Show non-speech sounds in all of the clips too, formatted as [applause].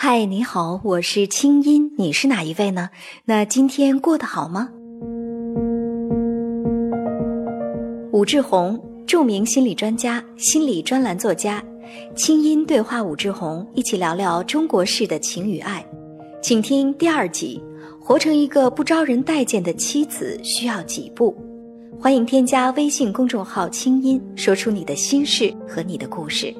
嗨，你好，我是清音，你是哪一位呢？那今天过得好吗？武志红，著名心理专家、心理专栏作家，清音对话武志红，一起聊聊中国式的情与爱，请听第二集《活成一个不招人待见的妻子需要几步》。欢迎添加微信公众号“清音”，说出你的心事和你的故事。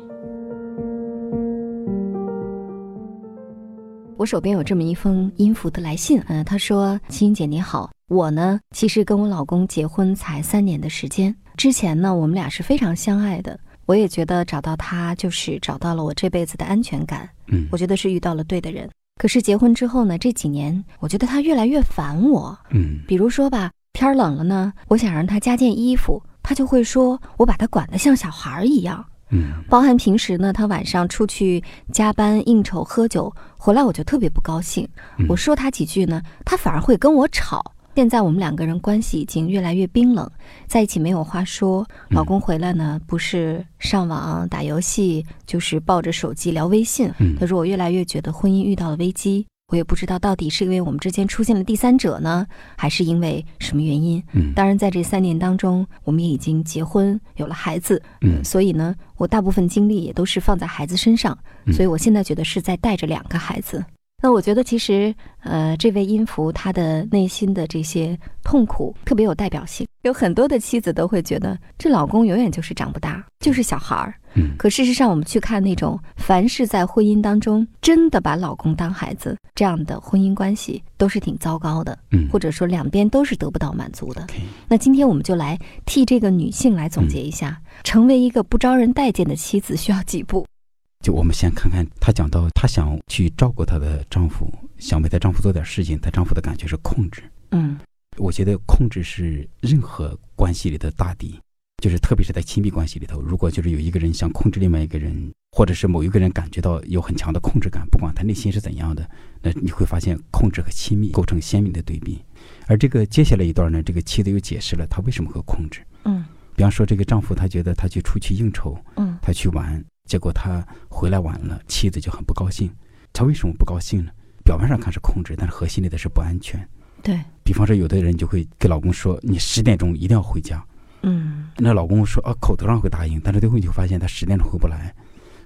我手边有这么一封音符的来信，嗯、呃，他说：“青姐你好，我呢其实跟我老公结婚才三年的时间，之前呢我们俩是非常相爱的，我也觉得找到他就是找到了我这辈子的安全感，嗯我觉得是遇到了对的人。可是结婚之后呢，这几年我觉得他越来越烦我，嗯比如说吧，天儿冷了呢，我想让他加件衣服，他就会说我把他管得像小孩儿一样。嗯包含平时呢，他晚上出去加班应酬喝酒，回来我就特别不高兴嗯。我说他几句呢，他反而会跟我吵。现在我们两个人关系已经越来越冰冷，在一起没有话说。嗯老公回来呢，不是上网打游戏，就是抱着手机聊微信。嗯他说我越来越觉得婚姻遇到了危机，我也不知道到底是因为我们之间出现了第三者呢，还是因为什么原因。嗯当然，在这三年当中，我们也已经结婚，有了孩子，嗯所以呢，我大部分精力也都是放在孩子身上，嗯所以我现在觉得是在带着两个孩子。那我觉得其实，呃，这位音符他的内心的这些痛苦特别有代表性，有很多的妻子都会觉得这老公永远就是长不大，就是小孩儿。嗯可事实上，我们去看那种凡是在婚姻当中真的把老公当孩子这样的婚姻关系，都是挺糟糕的，嗯或者说两边都是得不到满足的。 ，OK，那今天我们就来替这个女性来总结一下，成为一个不招人待见的妻子需要几步？就我们先看看她讲到她想去照顾她的丈夫，想为她丈夫做点事情，她丈夫的感觉是控制。嗯我觉得控制是任何关系里的大敌，就是特别是在亲密关系里头，如果就是有一个人想控制另外一个人，或者是某一个人感觉到有很强的控制感，不管他内心是怎样的，那你会发现控制和亲密构成鲜明的对比。而这个接下来一段呢，这个妻子又解释了她为什么会控制。嗯比方说，这个丈夫他觉得他去出去应酬，嗯他去玩，结果他回来晚了，妻子就很不高兴。他为什么不高兴呢？表面上看是控制，但是核心里的是不安全。对，比方说，有的人就会给老公说：“你十点钟一定要回家。嗯”，那老公说：“啊，口头上会答应，但是最后你就发现他十点钟回不来，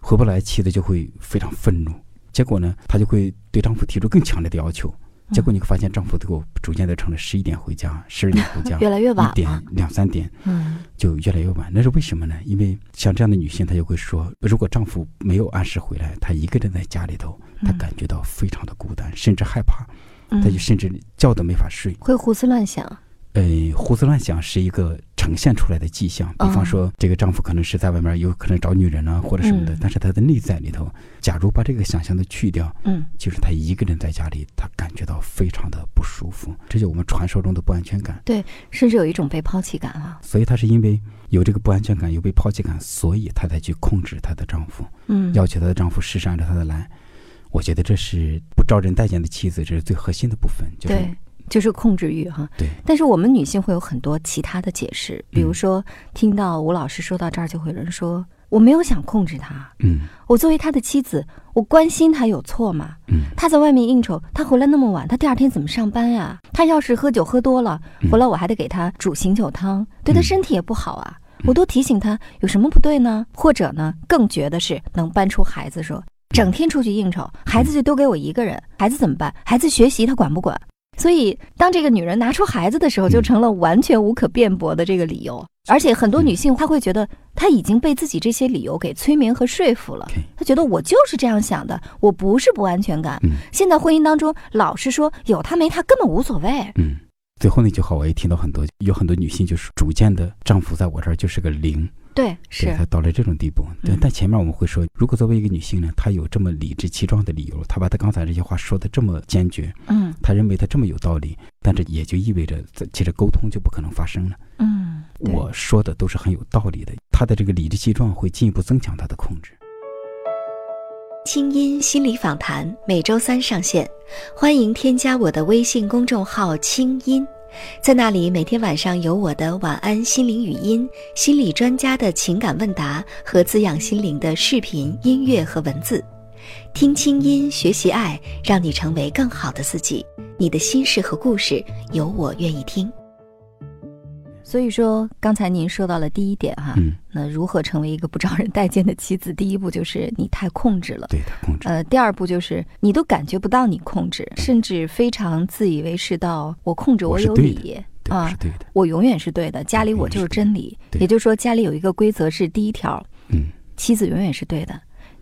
回不来，妻子就会非常愤怒。结果呢，她就会对丈夫提出更强烈的要求。结果你会发现，丈夫最后逐渐的成了十一点回家，十二点回家越来越晚一点了。两三点，嗯就越来越晚。那是为什么呢？因为像这样的女性，她就会说，如果丈夫没有按时回来，她一个人在家里头，她嗯感觉到非常的孤单，甚至害怕，嗯她就甚至觉都没法睡。会胡思乱想。呃，胡思乱想是一个呈现出来的迹象，比方哦说这个丈夫可能是在外面有可能找女人啊或者什么的，嗯但是他的内在里头，假如把这个想象都去掉，嗯就是他一个人在家里，他感觉到非常的不舒服，这就我们传说中的不安全感。甚至有一种被抛弃感啊。所以她是因为有这个不安全感，有被抛弃感，所以她才去控制她的丈夫，嗯，要求她的丈夫事事按照她的来。我觉得这是不招人待见的妻子，这是最核心的部分，就是对，就是控制欲哈。对但是我们女性会有很多其他的解释，比如嗯说、听到吴老师说到这儿，就会有人说我没有想控制他，嗯我作为他的妻子，我关心他有错吗？嗯他在外面应酬，他回来那么晚，他第二天怎么上班呀、他要是喝酒喝多了，嗯回来我还得给他煮醒酒汤，对他嗯身体也不好啊。我都提醒他有什么不对呢？或者呢，更绝的是能搬出孩子说，整天出去应酬，孩子就丢给我一个人，孩子怎么办？孩子学习他管不管？所以，当这个女人拿出孩子的时候，嗯就成了完全无可辩驳的这个理由。而且，很多女性她会觉得她已经被自己这些理由给催眠和说服了 OK。她觉得我就是这样想的，我不是不安全感。嗯现在婚姻当中，老是说有他没他根本无所谓。嗯。最后那句话我也听到很多，有很多女性就是逐渐的，丈夫在我这儿就是个零，对，对是她到了这种地步。对嗯，但前面我们会说，如果作为一个女性呢，她有这么理直气壮的理由，她把她刚才这些话说的这么坚决，嗯她认为她这么有道理，但这也就意味着，其实沟通就不可能发生了。嗯，对我说的都是很有道理的，他的这个理直气壮会进一步增强他的控制。清音心理访谈每周三上线，欢迎添加我的微信公众号“清音”，在那里每天晚上有我的晚安心灵语音、心理专家的情感问答和滋养心灵的视频、音乐和文字。听清音，学习爱，让你成为更好的自己。你的心事和故事，有我愿意听。所以说，刚才您说到了第一点哈、嗯，那如何成为一个不招人待见的妻子？第一步就是你太控制了。对他控制，呃，第二步就是你都感觉不到你控制，甚至非常自以为是到我控制我是有对理对啊是，对的，我永远是对的，家里我就是真理。对也就是说，家里有一个规则是第一条，嗯，妻子永远是对的；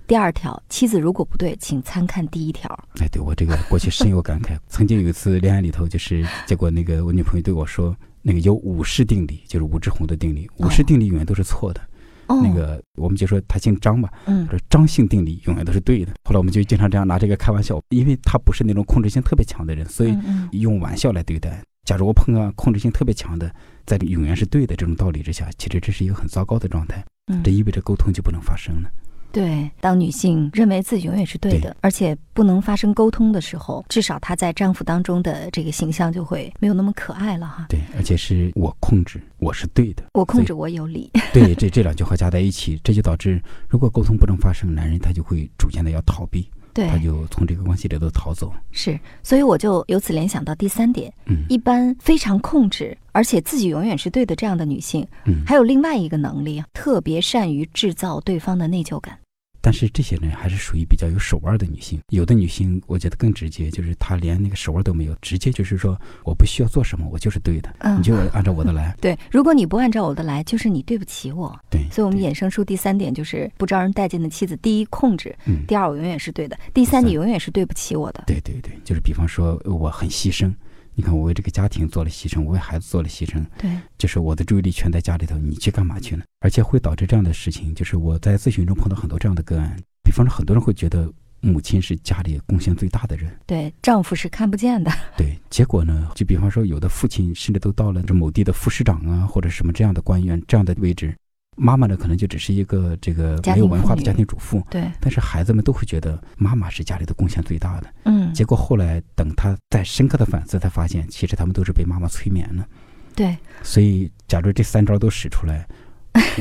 第二条，妻子如果不对，请参看第一条。哎，对我这个过去深有感慨。曾经有一次恋爱里头，就是结果那个我女朋友对我说，那个有五式定理，就是武志红的定理，五式哦定理永远都是错的。哦，那个我们就说他姓张吧，嗯说张姓定理永远都是对的。后来我们就经常这样拿这个开玩笑，因为他不是那种控制性特别强的人，所以嗯嗯用玩笑来对待。假如我碰到控制性特别强的，在永远是对的这种道理之下，其实这是一个很糟糕的状态，嗯这意味着沟通就不能发生了。对，当女性认为自己永远是对的，而且不能发生沟通的时候，至少她在丈夫当中的这个形象就会没有那么可爱了哈。对，而且是我控制，我是对的。我控所以制，我有理。对，这这两句话加在一起，这就导致如果沟通不能发生，男人他就会逐渐的要逃避，对，他就从这个关系里头逃走。是，所以我就由此联想到第三点，嗯一般非常控制，而且自己永远是对的这样的女性，嗯，还有另外一个能力，啊特别善于制造对方的内疚感。但是这些人还是属于比较有手腕的女性，有的女性我觉得更直接，就是她连那个手腕都没有，直接就是说我不需要做什么，我就是对的，嗯你就按照我的来。对，如果你不按照我的来，就是你对不起我。对，所以我们对衍生出第三点，就是不招人待见的妻子。第一，控制；嗯，第二，我永远是对的；第三，三你永远是对不起我的。对对对，就是比方说呃我很牺牲，你看我为这个家庭做了牺牲，我为孩子做了牺牲，对，就是我的注意力全在家里头，你去干嘛去呢？而且会导致这样的事情，就是我在咨询中碰到很多这样的个案，比方说很多人会觉得母亲是家里贡献最大的人。对，丈夫是看不见的。对，结果呢，就比方说，有的父亲甚至都到了这某地的副市长啊，或者什么这样的官员这样的位置，妈妈呢可能就只是一个这个家没庭有文妇化的家女庭主妇，对，但是孩子们都会觉得妈妈是家里的贡献最大的。嗯，结果后来等他再深刻的反思，才发现其实他们都是被妈妈催眠了。对，所以，假如这三招都使出来，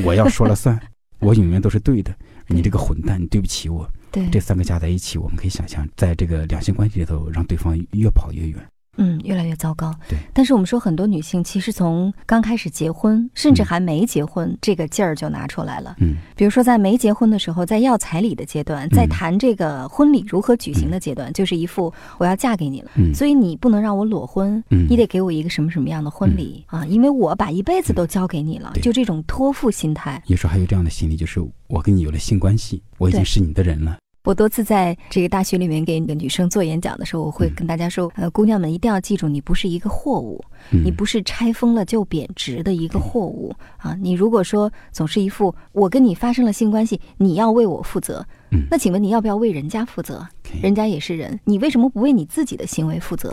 我要说了算， [laughs] 我永远都是对的。你这个混蛋，你对不起我。对，这三个加在一起，我们可以想象，在这个两性关系里头，让对方越跑越远。嗯，越来越糟糕。对，但是我们说很多女性其实从刚开始结婚，甚至嗯还没结婚，这个劲儿就拿出来了。嗯。比如说在没结婚的时候，在要彩礼的阶段，在嗯谈这个婚礼如何举行的阶段，就是一副我要嫁给你了，嗯所以你不能让我裸婚。嗯，你得给我一个什么什么样的婚礼、啊？因为我把一辈子都交给你了，嗯对就这种托付心态。有时候还有这样的心理，就是我跟你有了性关系，我已对经是你的人了。我多次在这个大学里面给女生做演讲的时候，我会嗯跟大家说，呃，姑娘们一定要记住，你不是一个货物，嗯、你不是拆封了就贬值的一个货物啊！你如果说总是一副我跟你发生了性关系，你要为我负责，嗯那请问你要不要为人家负责？ OK，人家也是人，你为什么不为你自己的行为负责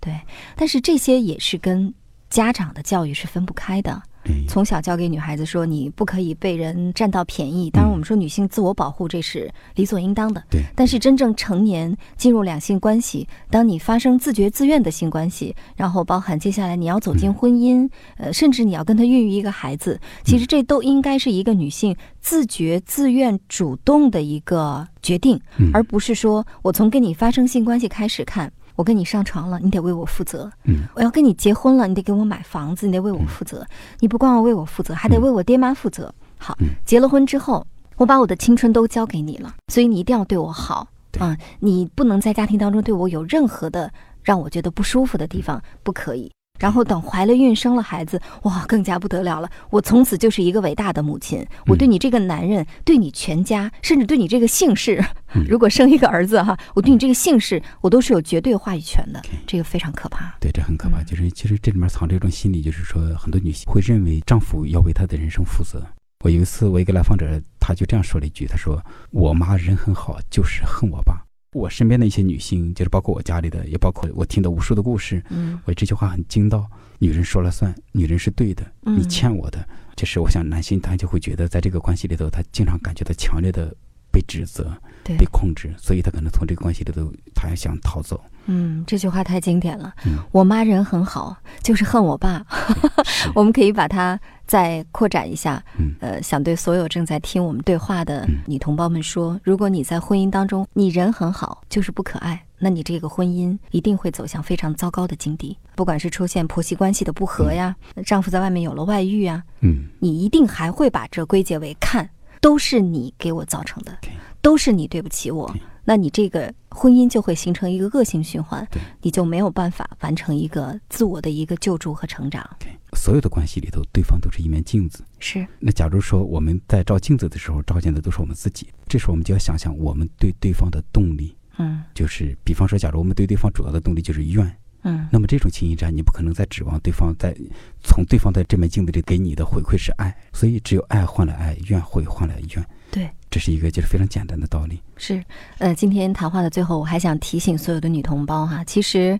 对？对，但是这些也是跟家长的教育是分不开的。哎从小教给女孩子说，你不可以被人占到便宜。嗯当然，我们说女性自我保护这是理所应当的。对，但是真正成年进入两性关系，当你发生自觉自愿的性关系，然后包含接下来你要走进嗯婚姻，呃，甚至你要跟他孕育一个孩子，其实这都应该是一个女性自觉自愿主动的一个决定，嗯而不是说我从跟你发生性关系开始看。我跟你上床了，你得为我负责。嗯，我要跟你结婚了，你得给我买房子，你得为我负责。你不光要为我负责，还得嗯为我爹妈负责。好嗯，结了婚之后，我把我的青春都交给你了，所以你一定要对我好对啊！你不能在家庭当中对我有任何的让我觉得不舒服的地嗯方，不可以。然后等怀了孕生了孩子，哇，更加不得了了！我从此就是一个伟大的母嗯亲，我对你这个男人，对你全家，甚至对你这个姓氏，嗯如果生一个儿子哈，我对你这个姓氏，我都是有绝对话语权的 OK，这个非常可怕。对，这很可怕。嗯就是其实这里面藏着一种心理，就是说很多女性会认为丈夫要为她的人生负责。我有一次，我一个来访者，他就这样说了一句：“他说我妈人很好，就是恨我爸。”我身边的一些女性，就是包括我家里的，也包括我听的无数的故事，嗯，我这句话很惊到。女人说了算，女人是对的，你嗯欠我的。就是我想，男性他就会觉得，在这个关系里头，他经常感觉到强烈的被指责、对被控制，所以他可能从这个关系里头，他要想逃走。嗯，这句话太经典了。嗯我妈人很好，就是恨我爸。 [laughs] 我们可以把它再扩展一下。嗯呃，想对所有正在听我们对话的嗯女同胞们说：如果你在婚姻当中，你人很好，就是不可爱，那你这个婚姻一定会走向非常糟糕的境地。不管是出现婆媳关系的不和呀，丈夫在外面有了外遇啊，嗯，你一定还会把这归结为看都是你给我造成的对，都是你对不起我对。那你这个婚姻就会形成一个恶性循环对，你就没有办法完成一个自我的一个救助和成长。对，所有的关系里头，对方都是一面镜子。是，那假如说我们在照镜子的时候，照见的都是我们自己，这时候我们就要想想我们对对方的动力，嗯就是比方说，假如我们对对方主要的动力就是怨，嗯那么这种情谊之下，你不可能再指望对方在从对方的这面镜子里给你的回馈是爱，所以只有爱换来爱，怨会换来怨。对，这是一个就是非常简单的道理。是。呃，今天谈话的最后，我还想提醒所有的女同胞哈、其实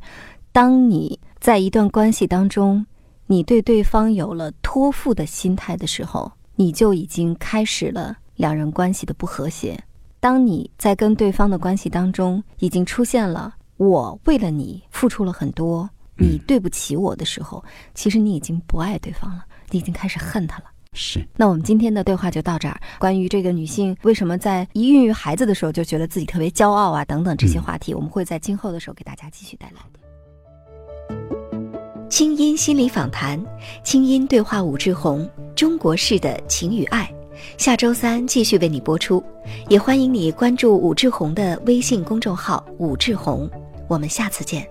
当你在一段关系当中，你对对方有了托付的心态的时候，你就已经开始了两人关系的不和谐。当你在跟对方的关系当中已经出现了“我为了你付出了很多，你嗯对不起我”的时候，其实你已经不爱对方了，你已经开始恨他了。是，那我们今天的对话就到这儿。关于这个女性为什么在一孕育孩子的时候就觉得自己特别骄傲啊，等等这些话题，我们会在今后的时候给大家继续带来。清音心理访谈，清音对话武志红，中国式的情与爱，下周三继续为你播出。也欢迎你关注武志红的微信公众号“武志红”，我们下次见。